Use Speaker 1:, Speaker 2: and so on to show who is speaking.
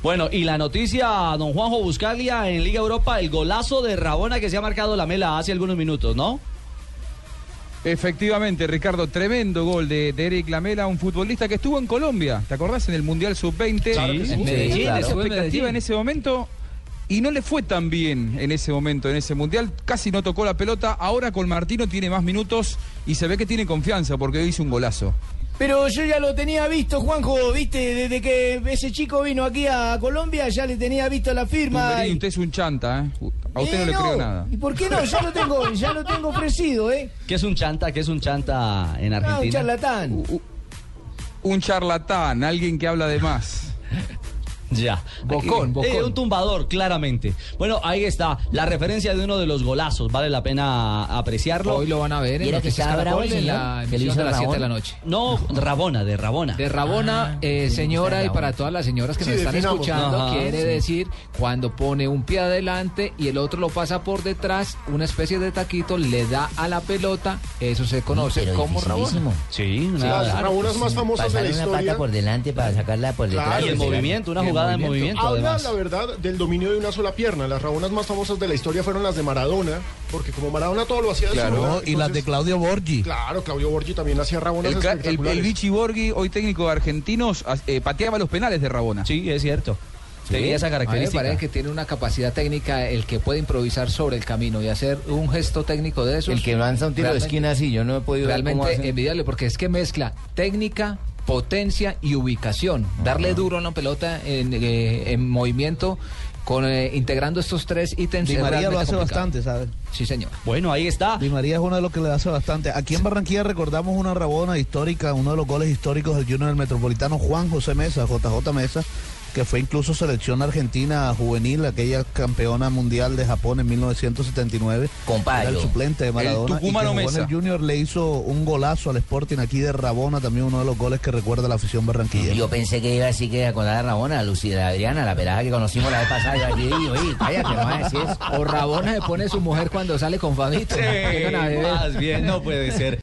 Speaker 1: Bueno, y la noticia, don Juanjo Buscalia en Liga Europa, el golazo de Rabona que se ha marcado la mela hace algunos minutos, ¿no?
Speaker 2: Efectivamente, Ricardo, tremendo gol de, de Eric Lamela, un futbolista que estuvo en Colombia, ¿te acordás? En el Mundial Sub-20,
Speaker 1: Claro que sí.
Speaker 2: en
Speaker 1: Sí,
Speaker 2: Medellín,
Speaker 1: claro. Fue
Speaker 2: esa
Speaker 1: en Medellín.
Speaker 2: expectativa en ese momento, y no le fue tan bien en ese momento, en ese Mundial, casi no tocó la pelota, ahora con Martino tiene más minutos y se ve que tiene confianza porque hoy hizo un golazo.
Speaker 3: Pero yo ya lo tenía visto, Juanjo, viste, desde que ese chico vino aquí a Colombia, ya le tenía visto la firma.
Speaker 2: Tumberini,
Speaker 3: Y-
Speaker 2: usted es un chanta, ¿eh? A usted
Speaker 3: Eh,
Speaker 2: no le creo nada.
Speaker 3: ¿Y por qué no? Ya lo tengo, ya lo tengo ofrecido, ¿eh?
Speaker 1: Que es un chanta, que es un chanta en
Speaker 3: Ah, un
Speaker 1: Argentina.
Speaker 3: charlatán.
Speaker 2: U- u- un charlatán, alguien que habla de más.
Speaker 1: Ya.
Speaker 2: Bocón,
Speaker 1: Eh,
Speaker 2: bocón.
Speaker 1: un tumbador, claramente. Bueno, ahí está. La referencia de uno de los golazos. Vale la pena apreciarlo.
Speaker 4: Hoy lo van a ver
Speaker 5: ¿Y
Speaker 4: en
Speaker 5: era que
Speaker 4: Noticias
Speaker 5: estaba bravo el
Speaker 4: Caracol en la
Speaker 5: señor? ¿Que lo
Speaker 4: emisión
Speaker 5: hizo
Speaker 4: de las 7 de
Speaker 5: Rabona?
Speaker 4: la noche.
Speaker 1: No, Rabona, de Rabona.
Speaker 4: De Rabona,
Speaker 5: Ah,
Speaker 4: eh,
Speaker 5: sí,
Speaker 4: señora,
Speaker 5: de
Speaker 4: y
Speaker 5: Rabona.
Speaker 4: para todas las señoras que
Speaker 6: Sí,
Speaker 4: nos están
Speaker 6: definamos.
Speaker 4: escuchando,
Speaker 1: Ajá,
Speaker 4: quiere
Speaker 1: sí.
Speaker 4: decir cuando pone un pie adelante y el otro lo pasa por detrás, una especie de taquito le da a la pelota, eso se conoce
Speaker 5: Pero
Speaker 4: como Rabona.
Speaker 5: dificilísimo.
Speaker 1: Sí,
Speaker 6: Las
Speaker 1: nada.
Speaker 6: raburas más famosas de
Speaker 5: Pasar
Speaker 6: la
Speaker 5: una
Speaker 6: historia.
Speaker 5: pata por delante para sacarla por detrás.
Speaker 6: Claro,
Speaker 1: Y el
Speaker 6: sí.
Speaker 1: movimiento, una
Speaker 4: Y el
Speaker 1: jugada en movimiento.
Speaker 4: movimiento.
Speaker 6: Habla,
Speaker 1: además.
Speaker 6: la verdad, del dominio de una sola pierna. Las rabonas más famosas de la historia fueron las de Maradona, porque como Maradona todo lo hacía de
Speaker 7: Claro,
Speaker 6: su lugar,
Speaker 7: y las de
Speaker 6: entonces-
Speaker 7: Claudio Borgi.
Speaker 6: Claro, Claudio Borgi también hacía rabonas
Speaker 2: El, cra- el- el,
Speaker 6: espectaculares.
Speaker 2: Vichy Borghi, hoy técnico de Argentinos, as- eh, pateaba los penales de Rabona.
Speaker 1: Sí, es cierto. Tenía esa
Speaker 4: A mí me
Speaker 1: característica.
Speaker 4: parece que tiene una capacidad técnica el que puede improvisar sobre el camino y hacer un gesto técnico de esos.
Speaker 5: El que lanza un tiro de
Speaker 4: Realmente-
Speaker 5: esquina así, yo no he podido ver cómo
Speaker 4: Realmente
Speaker 5: hacen.
Speaker 4: envidiable porque es que mezcla técnica, potencia y ubicación. Darle duro a una pelota en, eh, en movimiento con eh, integrando estos tres ítems.
Speaker 7: Di
Speaker 4: es
Speaker 7: María lo
Speaker 4: realmente
Speaker 7: hace
Speaker 4: complicado.
Speaker 7: bastante, ¿sabes?
Speaker 4: Sí, señor.
Speaker 1: Bueno, ahí está.
Speaker 7: Di María es uno de los que le hace bastante. Aquí en Barranquilla recordamos una rabona histórica, uno de los goles históricos del Junior del Metropolitano, Juan José Mesa, JJ Mesa, que fue incluso selección argentina juvenil, aquella campeona mundial de Japón en 1979.
Speaker 5: Compadre.
Speaker 7: Era el suplente de Maradona.
Speaker 2: El tucumano
Speaker 7: y que jugó en
Speaker 2: Mesa.
Speaker 7: el Junior le hizo un golazo al Sporting aquí de Rabona, también uno de los goles que recuerda la afición barranquillera.
Speaker 5: Yo pensé que iba a decir que era con la de Rabona, Lucía la Adriana, la pelada que conocimos la vez pasada. Yo aquí, oye, cállate, no vas a decir eso.
Speaker 4: O Rabona se pone su mujer cuando sale con Fabito.
Speaker 1: Sí,
Speaker 4: Llegan a beber.
Speaker 1: más Eh, bien, no puede ser.